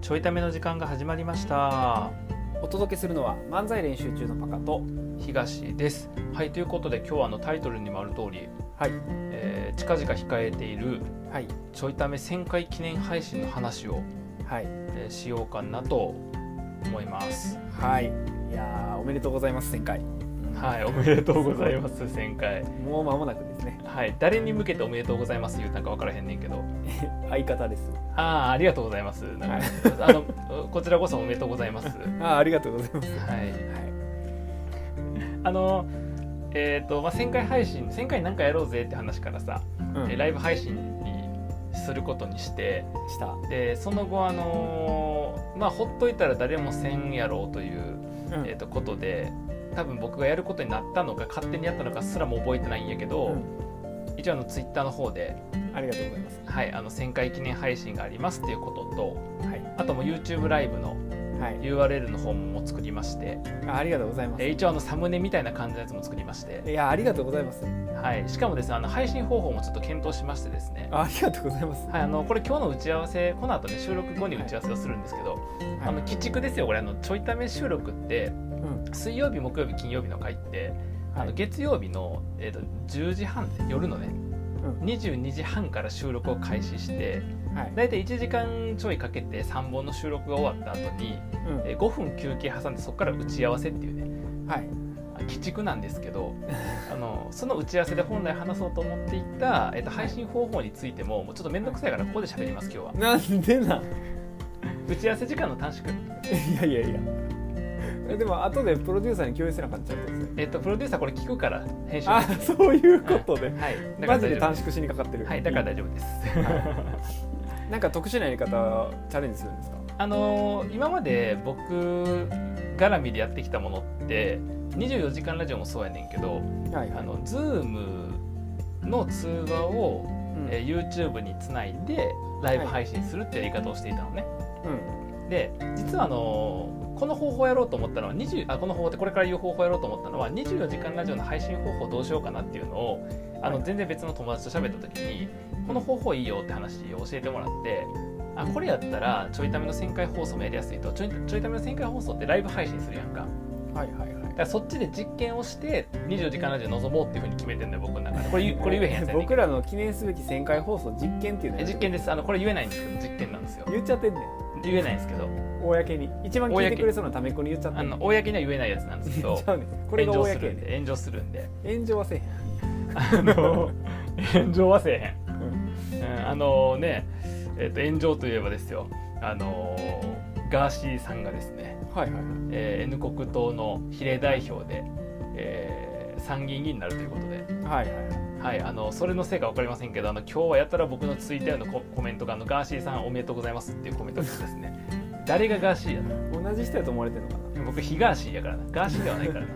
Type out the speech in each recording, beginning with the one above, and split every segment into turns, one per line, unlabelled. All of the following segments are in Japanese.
ちょいための時間が始まりました
お届けするのは漫才練習中のパカと
東ですはいということで今日はあのタイトルにもある通り、
はい
えー近々控えている
はい
ちょいため1000回記念配信の話を、
はい
えーしようかなと思います
はいいやーおめでとうございます前回
はいおめでとうございます1000回
もう間もなくですね
はい誰に向けておめでとうございます言うたんか分からへんねんけど
相方です
ああーありがとうございますなんかあの こちらこそおめでとうございますは
あーありがとうございます
い
は
あのえっ、と、まあ、1000回配信1000回なんかやろうぜって話からさ、
い、
えーライブ配信にすることにして
した、
でその後あのーまあほっといたら誰もせんやろうという、えーとことで多分僕がやることになったのか勝手にやったのかすらも覚えてないんやけど、一応あのツイッターの方で、
ありがとうございます
はい、あの1000回記念配信がありますっていうことと
はい
あともう YouTube ライブの
はい
URL の方も作りまして、
あありがとうございます
えー一応あのサムネみたいな感じのやつも作りまして。
いやありがとうございます
はい、しかもですねあの配信方法もちょっと検討しましてですね、
あありがとうございます
はい、あのこれ今日の打ち合わせこの後ね収録後に打ち合わせをするんですけど、あの
はい
鬼畜ですよこれあのちょいため収録って
うん
水曜日木曜日金曜日の回って、あの月曜日の、えー、と10時半夜のね
うん
22時半から収録を開始して
はい
大体1時間ちょいかけて3本の収録が終わった後に、
うん
えー5分休憩挟んでそこから打ち合わせっていうね
はい
鬼畜なんですけ どあのその打ち合わせで本来話そうと思っていた、えっと、配信方法についてももうちょっと面倒くさいからここで喋ります今日は
なんでなん
打ち合わせ時間の短縮
いやいやいやえでも後でプロデューサーに共有せなかったんですね
えっとプロデューサーこれ聞くから編集
あそういうことで
はいだから
マジ
大
で
丈夫
短縮しにかかってる
はいだから大丈夫です
なんか特殊なやり方チャレンジするんですか
あのー今まで僕絡みでやってきたものって24時間ラジオもそうやねんけど
はい
あの Zoom の通話を、
うん
えー YouTube につないでライブ配信するってやり方をしていたのね、
うん
で実はあのこの方法をやろうと思ったのは20あこの方法ってこれから言う方法をやろうと思ったのは24時間ラジオの配信方法どうしようかなっていうのをあの
はい
全然別の友達と喋った時にこの方法いいよって話を教えてもらってあこれやったらちょいための旋回放送もやりやすいとちょいちょいための旋回放送ってライブ配信するやんか
はいはいはい
だからそっちで実験をして24時間ラジオ臨もうっていうふうに決めてんだよ僕の中でこれ言うこれ言えへんやつやねんけ
僕
ど
らの記念すべき1000回放送実験っていうの
え
やる
実験ですあのこれ言えないんですけど実験なんですよ
言っちゃってんねん
言えないんですけど
公に一番聞いてくれそうなためっこに言っちゃって
あ
んね
の
ん
公には言えないやつなんですけ
言
ど
っちゃうねんこれ
炎
が
上
公
す
や
るん
ね
で炎上するんで
ん炎上はせえへん
あの 炎上はせえへん、うんあのねえっ、と炎上といえばですよあのガーシーさんがですね、
はいはい
えー N 国党の比例代表で、えー参議院議員になるということで、
はいはいはい
はい、あのそれのせいか分かりませんけどあの今日はやったら僕のツイッターへのココメントがあのガーシーさんおめでとうございますっていうコメントが来てですね誰がガーシーやと
同じ人やと思われてるのか
僕非ガーシーやからなガーシーではない からな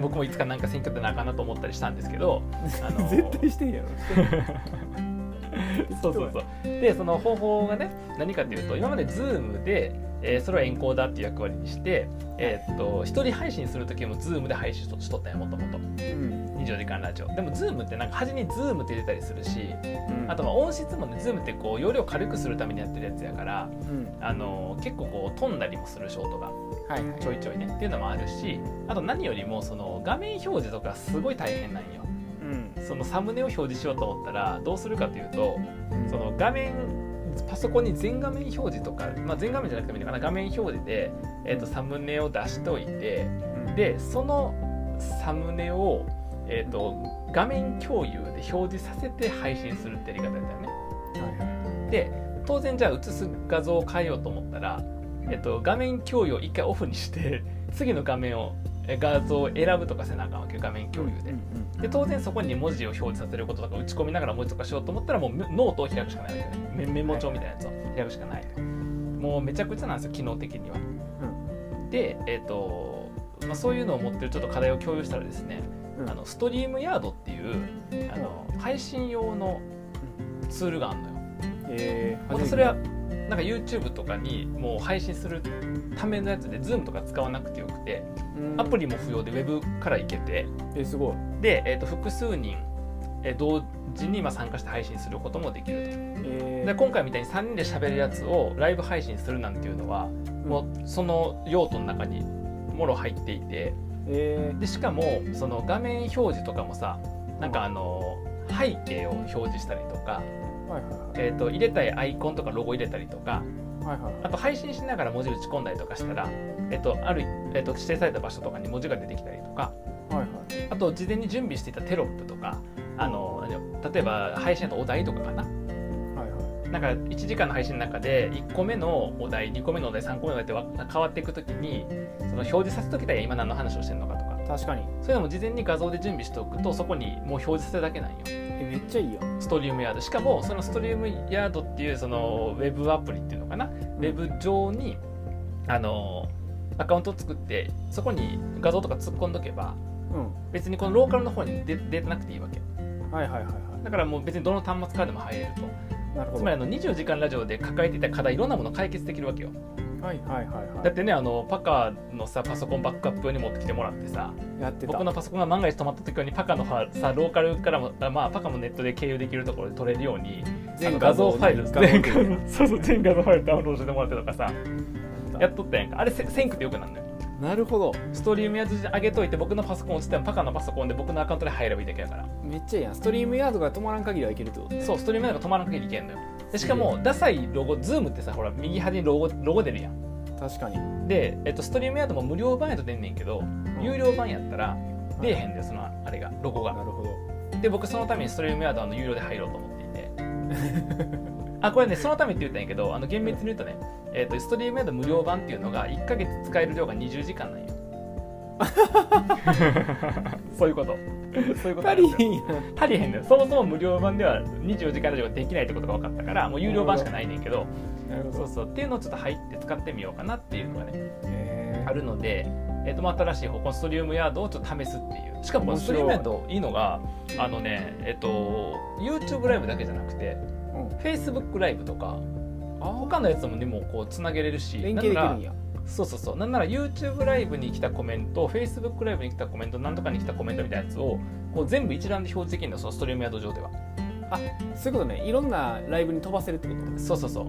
僕もいつかなんか選挙でなあかんなと思ったりしたんですけどあの
な 絶対してんやろ
そう そうそうでその方法がね何かっていうと今まで Zoom で、えーそれはエンコーダーっていう役割にして、えーっと一人配信する時も Zoom で配信しとしとったんやもともと
うん
24時間ラジオでも Zoom ってなんか端に Zoom って出たりするし
うん
あとまあ音質もね Zoom ってこう容量軽くするためにやってるやつやから
うん
あの結構こう飛んだりもするショートが
はいはい
ちょいちょいねっていうのもあるしあと何よりもその画面表示とかすごい大変なんよ
うん
そのサムネを表示しようと思ったらどうするかというと
うん
その画面パソコンに全画面表示とか、まあ、全画面じゃなくてもいいのかな画面表示で、えー、とサムネを出しといて
うん
でそのサムネを、えー、と画面共有で表示させて配信するってやり方だったよね。
はいはい
で当然じゃあ映す画像を変えようと思ったら、えっと、画面共有を一回オフにして 次の画面をえ画像を選ぶとかせなあかんわけよ画面共有で
うんうん
で当然そこに文字を表示させることとか打ち込みながら文字とかしようと思ったらもうメノートを開くしかないわけよねメメモ帳みたいなやつを開くしかないもうめちゃくちゃなんですよ機能的にはでえっと、まあ、そういうのを持ってるちょっと課題を共有したらですね
うん
あのストリームヤードっていうあの配信用のツールがあるのよ
えー
またそれはなんか YouTube とかにもう配信するためのやつで Zoom とか使わなくてよくてアプ
リ
リも不要で Web からいけて
えすごい
で、えー、と複数人えー同時にまあ参加して配信することもできると
え
で今回みたいに3人で喋るやつをライブ配信するなんていうのはもうその用途の中にもろ入っていて
え
でしかもその画面表示とかもさなんかあの背景を表示したりとか、
ーはいはい
えー、と入れたいアイコンとかロゴ入れたりとか
はいはい
あと配信しながら文字打ち込んだりとかしたら、えっと、ある、えっと、指定された場所とかに文字が出てきたりとか
はいはい
あと事前に準備していたテロップとかあの例えば配信だとお題とかかな
はいはい
なんか1時間の配信の中で1個目のお題2個目のお題3個目のお題ってわ変わっていくときにその表示させときたい今何の話をしてるのかとか
確かに
そういうのも事前に画像で準備しておくとそこにもう表示させるだけなんよ
えめっちゃいいよ
ストリームヤードしかもそのストリームヤードっていうそのウェブアプリっていうのかなウェブ上にあのアカウントを作ってそこに画像とか突っ込んどけば
う
別にこのローカルの方に出出てなくていいわけ
んはいはいはいは
だからもう別にどの端末からでも入れる
いなる
と
ほ
つ
ど
まり
は
あの24時間ラジオで抱えていた課題いろんなものを解決できるわけよ
いはいはいは
だってねあのパカのさパソコンバックアップ用に持ってきてもらってさ
いやってた
僕のパソコンが万が一止まった時にパカのさローカルからもあまあパカもネットで経由できるところで取れるようにあの画像ファイル全画
全
像そうそう全画像ファイルダウンロードしてもらってとかさ
画
やっとったやんかあれせセンクってよくなるのよ
なるほど
ストリームやつ上げといて僕のパソコン落ちてもパカのパソコンで僕のアカウントで入ればいいだけやから
めっちゃいいやんストリームヤードが止まらん限りはいけるってこと
そうストリームなんか止まらなくていけんのよでしかもダサいロゴズームってさほら右端にロゴロゴ出るやん
確かに
で、えっと、ストリームやとも無料版やと出んねんけど有料版やったら出えへ
ん
んだよそのあれがロゴが
なるほど
で僕そのためにストリームヤードあの有料で入ろうと思っていてあこれねそのためって言ったんやけどあの厳密に言うとね、えー、とストリームヤード無料版っていうのが1ヶ月使える量が20時間なんよそういうことそういうことなん
足
で
り
すよ
へんやん
足りへんのよそもそも無料版では24時間以上できないってことが分かったからもう有料版しかないねんけど
なる
そうそうっていうのをちょっと入って使ってみようかなっていうのがね
え
あるので、えー、とまあ新しい方向ストリームヤードをちょっと試すっていうしかもこの
面
スト
白い
リームヤードいいのがあのねえっ、と YouTube ライブだけじゃなくて
ーうん、
Facebook ライブとか
あ
他のやつもにもこうつなげれるし
連携でき
な
る
ん
ん
なら
や
そうそうそうなんなら YouTube ライブに来たコメント Facebook ライブに来たコメントなんとかに来たコメントみたいなやつをこう全部一覧で表示できるのそのストリームヤード上では
そういうことねいろんなライブに飛ばせるってこと
そうそうそう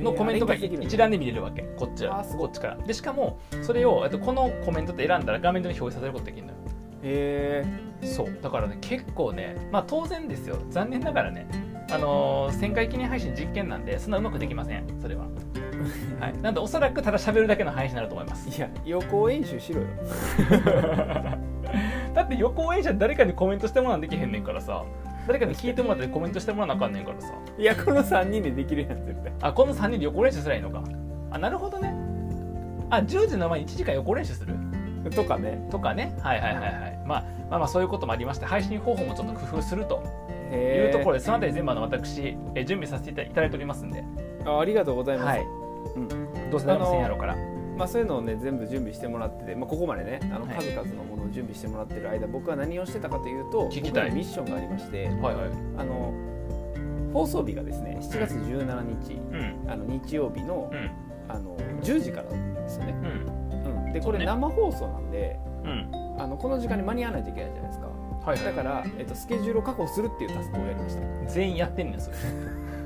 のコメントが
えー連携できるんや
一覧で見れるわけこっちは
あすご
こ
い
っちからでしかもそれをえっとこのコメントって選んだら画面上に表示させることできるのよ
へ
そうだからね結構ねまあ当然ですよ残念ながらねあのー、1000回記念配信実験なんでそんなうまくできませんそれ は、はい、なんでおそらくただ喋るだけの配信になると思います
えいや予行演習しろよ
だって予行演者誰かにコメントしてもらわんできへんねんからさ誰かに聞いてもらってコメントしてもらわなあかんねんからさ
いやこの3人でできるやん絶対
あこの3人で予行練習すりゃいいのかあなるほどねあ10時の前に1時間予行練習する
とかね
とかねはいはいはいはい、まあ、まあまあそういうこともありまして配信方法もちょっと工夫するとい
へ
うところ
で
でそのあたり全部あの私え準備させていただいておりますんで、
あありがとうございます、
はい
うん
どうせ何もせんやろうから
まあ、そういうのをね全部準備してもらってて、まあ、ここまでねあの
はい
数々のものを準備してもらってる間、僕は何をしてたかというと
聞きたい
僕にミッションがありまして
はいはい
あの放送日がですね7月17日
うん
あの日曜日の
うん
あの10時からなんですよね、
うん
うん、でこ
そうね
れ生放送なんで
うん
あのこの時間に間に合わないといけないじゃないですか
はいは
だ
い
から、えっと、スケジュールを確保するっていうタスクをやりました
全員やってんねんそれ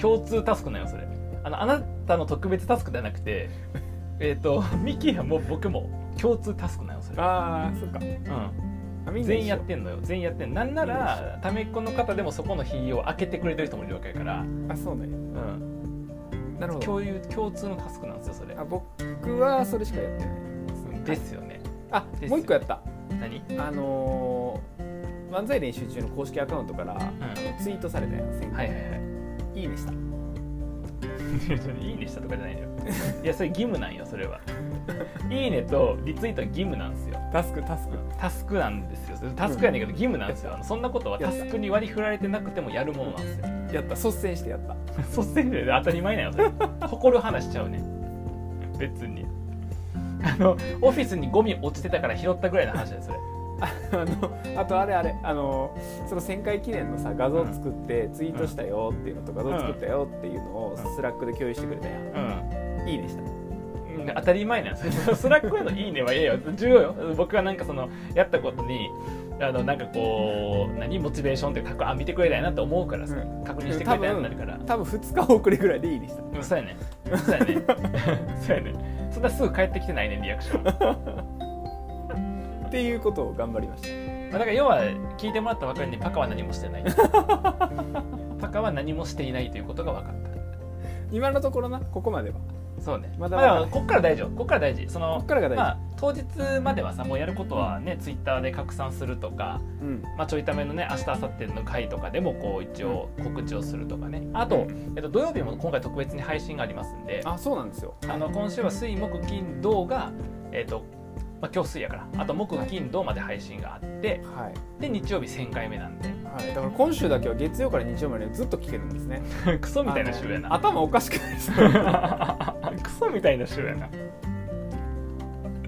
共通タスクなんよそれあのあなたの特別タスクじゃなく てえっ、とミキやも僕も共通タスクなんよそれ、
ああそっか
う
あ
ん、
みんな一緒
全員やってんのよ全員やってんなんならためっ子の方でもそこの日を開けてくれてる人もいるわけやから、
あそうね
うん、
なるほど
共有共通のタスクなんですよそれ
あ僕はそれしかやってない
ですよね
あ
です
もう一個やった
何
あのー漫才練習中の公式アカウントから、あのツイートされたやつ
はいはいはい
い、いいでした
いいねしたとかじゃないのよいやそれ義務なんよそれはいいねとリツイートは義務なんですよ
タスクタスク
タスクなんですよそれタスクやねんけど義務なんですよあのそんなことはタスクに割り振られてなくてもやるものなんですよ
やった率先してやった
率先で当たり前なんよそれ誇る話しちゃうね別にあのオフィスにゴミ落ちてたから拾ったぐらいの話ですそれ
あのあとあれあれあのその1000回記念のさ画像作ってツイートしたよっていうのと画像作ったよっていうのを
うん
スラックで共有してくれたやん、いいでした
うん当 たり前なんですよスラックへの「いいね」はええよ重要よ僕はなんかそのやったことにあのなんかこう何モチベーションって書くあ見てくれないなって思うからさ、
うん
確認してくれたようになるから
多分2日遅れぐらいでいいでした
うんそうやねそうやね そうやねそんなすぐ帰ってきてないねリアクション、ま
っていうことを頑張りました
あ、だから要は聞いてもらったばかりにパカは何もして ないパカは何もしていないということが分かった
今のところなここまでは
そうねま
ま
だ
だ
ま
まだ
あ、こっから大丈夫こっから大事その
こっからが大事、
まあ、当日まではさもうやることはね、ツイッターで拡散するとか、
うん
まあ、ちょいためのね明日明後日の回とかでもこう一応告知をするとかねあと、えっと、土曜日も今回特別に配信がありますんであ
あそうなんですよ
の今週は水木金土が、えっとまあ、今日水やからあと木金土まで配信があって
はい、
で日曜日1000回目なん で
はい、だから今週だけは月曜から日曜までずっと聞けるんですね
クソみたいな週や
あの
な
頭おかしくないですか
クソみたいな週やな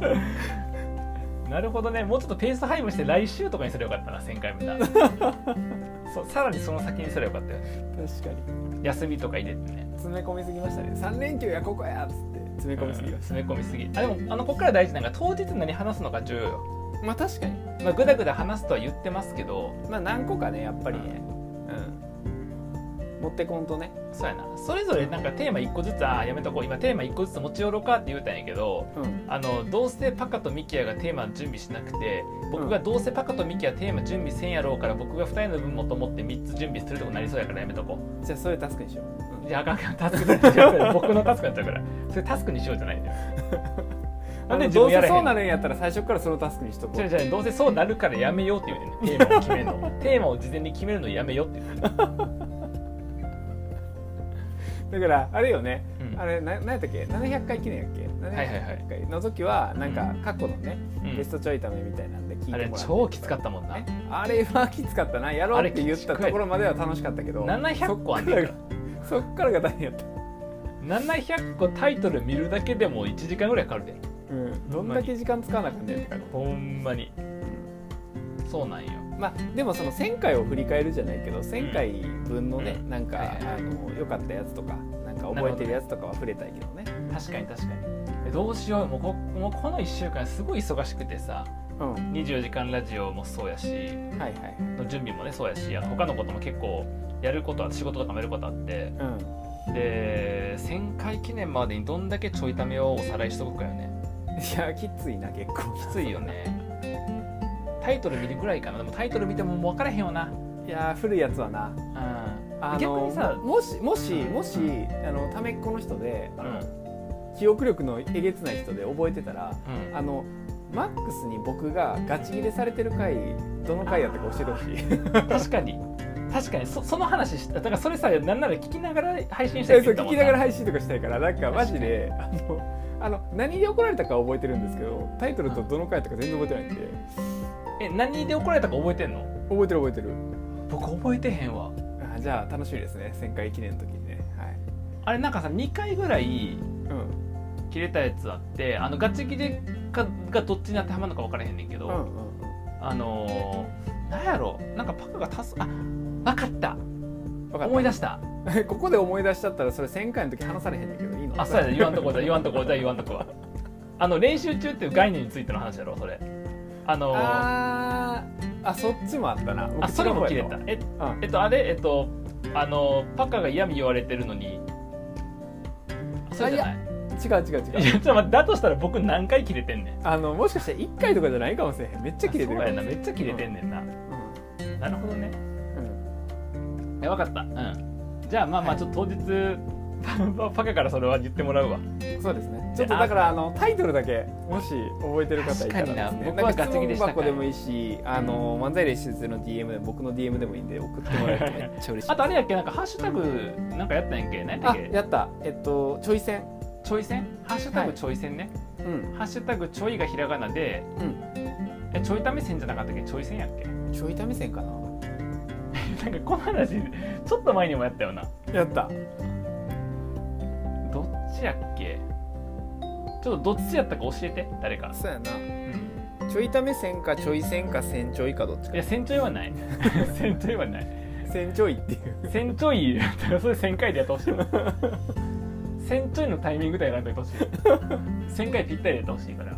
なるほどねもうちょっとペース配分して来週とかにすればよかったな1000回目 だそうさらにその先にすればよかったよね
確かに
休みとか入れてね
詰め込みすぎましたね3連休やここやっつって詰め込みすぎまし
詰め込みすぎあでもあのここから大事なのが当日何話すのか重要よ、
た、まあ確かに
まあ、ぐだぐだ話すとは言ってますけど
まあ何個かねやっぱりね、うん、持ってこんとね、
そうやなそれぞれなんかテーマ1個ずつあーやめとこう今テーマ1個ずつ持ち寄ろうかって言うたんやけど
うん、
あのどうせパカとミキヤがテーマ準備しなくて僕がどうせパカとミキヤテーマ準備せんやろうから僕が2人の分もと思って3つ準備するとこになりそうやからやめとこ
じゃあそれタスクにしよ
ういやあかんあかんタスクになっちゃうから僕のタスクになっちゃうからそれタスクにしようじゃないん だよ
う
な
なんん
で
で
自
ど
分
う
やらへ
せ
ん
そうなるんやったら最初からそのタスクにしとこ
違う
う
違うどうせそうなるからやめようって言うてんねんテーマを決める のテーマを事前に決めるのやめようって言うてんね
だからあれよね、
うん
あれな何やったっけ700回記念やっけ700
んはいはいはい、
回の時はなんか過去のね、
うん
ベストちょいためみたいなんで聞いても
あ
らっ
れ
て
超きつかったもんな
ねあれはきつかったなやろうって言ったところまでは楽しかったけど
700個あんねんか
そっからが 大変やった、
ら700個タイトル見るだけでも1時間ぐらいかかるで
うん、どんだけ時間使わなあかんねんって感じ
ほんまにそうなんよ
まあ、でもその1,000回を振り返るじゃないけど1,000回分のね、
うん
なんか、
はいはいはい
あの良かったやつとかなんか覚えてるやつとかは触れたいけどね
確かに確かにえどうしようもうこもうこの1週間すごい忙しくてさ
うんは
『24時間ラジオ』もそうやし
いはいはい
の準備もねそうやしあの他のことも結構やることは仕事とかもやることあって
うん
で1000回記念までにどんだけちょいためをおさらいしとくかよね
いやきついな結構
きついよねタイトル見るぐらいかなでもタイトル見てももう分からへんよな、
いや古いやつはな
うん、
あの
逆にさ
ももしもし
うん
もしあのためっ子の人で
う
あ
ん
の、記憶力のえげつない人で覚えてたら
うん
あのマックスに僕がガチ切れされてる回どの回やったか教えてほしい
確かに確かにそその話しただからそれさなんなら聞きながら配信したい
え
って
そ
言
う
った
聞
も
き
ん
ながら
な
配信とかしたいからなんかマジであのあの何で怒られたかは覚えてるんですけどタイトルとどの回とか全然覚えてないんで
え何で怒られたか覚えてんの
覚えてる覚えてる
僕覚えてへんわ
あじゃあ楽しみですね1000回記念の時にねはい
あれなんかさ2回ぐらい
うん
切れたやつあってあのガチ切れかがどっちに当てはまるのか分からへんねんけど、
うんうん
あのー、なんやろなんかパカが足すあ分かった
分か
思い
っ
出した
た ここで思い出しちゃったらそれ1000回の時話されへんねんけどいいの
あそうやで言わんとこじゃ言わんとこじゃ言わんとこはあの練習中っていう概念についての話やろそれあのあ
あーあそっちもあったな僕
それも切れ
違う
た
方や
え
ったわうん
えっとあれえっとあのパカが嫌み言われてるのにそうじゃない
違う違う
いや
違う
ちょっと待ってだとしたら僕何回切れてんねん
あのもしかして1回とかじゃないかもしれへんめっちゃ切れてる
あ
か
そう
も
やなめっちゃ切れてんねんな、なるほどね
うんうん
いや分かったうんじゃあまあまあちょっと当日、パパカからそれは言ってもらうわ
そうですねちょっとだからあのタイトルだけもし覚えてる方いたら
確
です、ね、
かにな僕はガチ切れした
なんか質問箱でもいいしあの漫才練習生の DM でも僕の DM でもいいんで送ってもら えるとめっちゃ嬉しい
あとあれやっけなんかハッシュタグなんかやったんやっけ何やった
あ
っけ
やったえっとちょい戦
ちょい戦ハッシュタグちょい戦ね、
うん
ハッシュタグちょいがひらがなでえちょいため線じゃなかったっけちょい線やっけ
うんちょいた目線かな
なんかこの話ちょっと前にもやったよな
やった
どっちやっけちょっとどっちやったか教えて誰か、
そうや
う、
なんちょいた目線かちょい線か線ちょいかどっち
いや船長はない 船長はない
線ちょいっていう
船長いいやったらそれ1000回でやってほしい わ船長いのタイミングでやらんとやってほしい1000回ぴったりでやってほしいから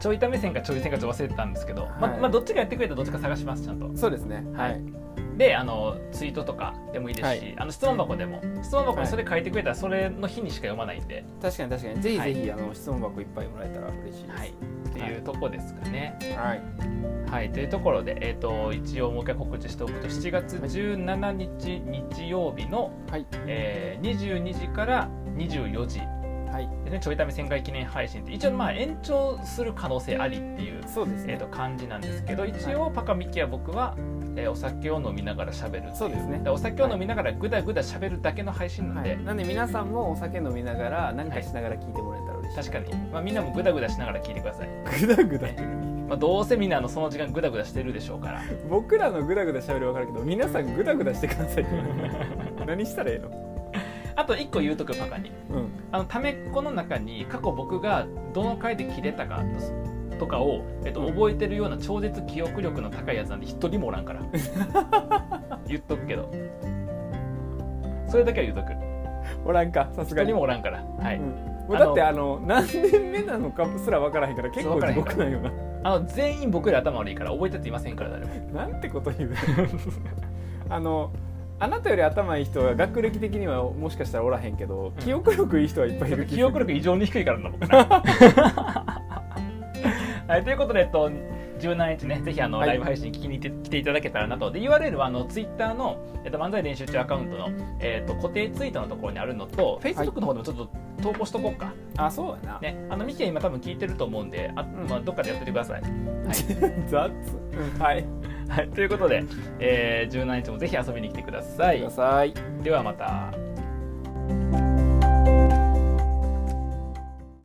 ちょいため線かちょい線かちょっと忘れてたんですけど、ま
はい
まあどっちがやってくれたらどっちか探しますちゃんと
そうですねは
はい
い
であのツイートとかでもいいですし、
はい
あの質問箱でも質問箱
は
に
い
それ書いてくれたらそれの日にしか読まないんで、
確かに確かにぜひ
は
ぜ
い
ひあの質問箱いっぱいもらえたら嬉しい
はい
で、
っていうとこですかね。
すはい
はい、というところで、えー、と一応もう一回告知しておくと7月17日日曜日の、
はい
えー22時から24時
はい
ですねちょいため旋回記念配信って一応まあ延長する可能性ありっていう、
そうです
えー、
ね
と感じなんですけど一応パカミキや僕は、えーお酒を飲みながらしゃべる
そうですね
でお酒を飲みながらぐだぐだしゃべるだけの配信なん
は
で、
いなんで皆さんもお酒飲みながら何かしながら聞いてもらえたら嬉しい
確かに、まあ、みんなもぐだぐだしながら聞いてください、
グダグダ
ねまあ、どうせみんなあのその時間ぐだぐだしてるでしょうから
僕らのグダグダしゃべりは分かるけど皆さんグダグダしてくだ さい何したらええの
あと一個言うとくパカに
うん
あのためっこの中に過去僕がどの回で切れたかとかを、えっと、
うん
覚えてるような超絶記憶力の高いやつなんで一人もおらんから 言っとくけどそれだけは言うとく
おらんかさす
一
がに
人もおらんからはい、
うんもうだってあの何年目なのかすら分からへんから結構地獄なんよな
あの全員僕ら頭悪いから覚えてっていませんから誰も
なんてこと言うあのあなたより頭いい人は学歴的にはもしかしたらおらへんけど
うん
記憶力いい人はいっぱいい る気
記憶力異常に低いからな僕 なはい、ということで、えっと、17日ねぜひあの、
はい
ライブ配信聞きに来て来ていただけたらなとで URL はあの Twitter の、えっと、漫才練習中アカウントの、えっと、固定ツイートのところにあるのと Facebook の方でもちょっと投稿しとこうか、
あそうやな、
ね、あのミキは今多分聞いてると思うんであ、
ん
まあ、どっかでやっててください、
雑はい
はい、ということで、えー17日もぜひ遊びに来てくださ
く
い
ださい
ではまた。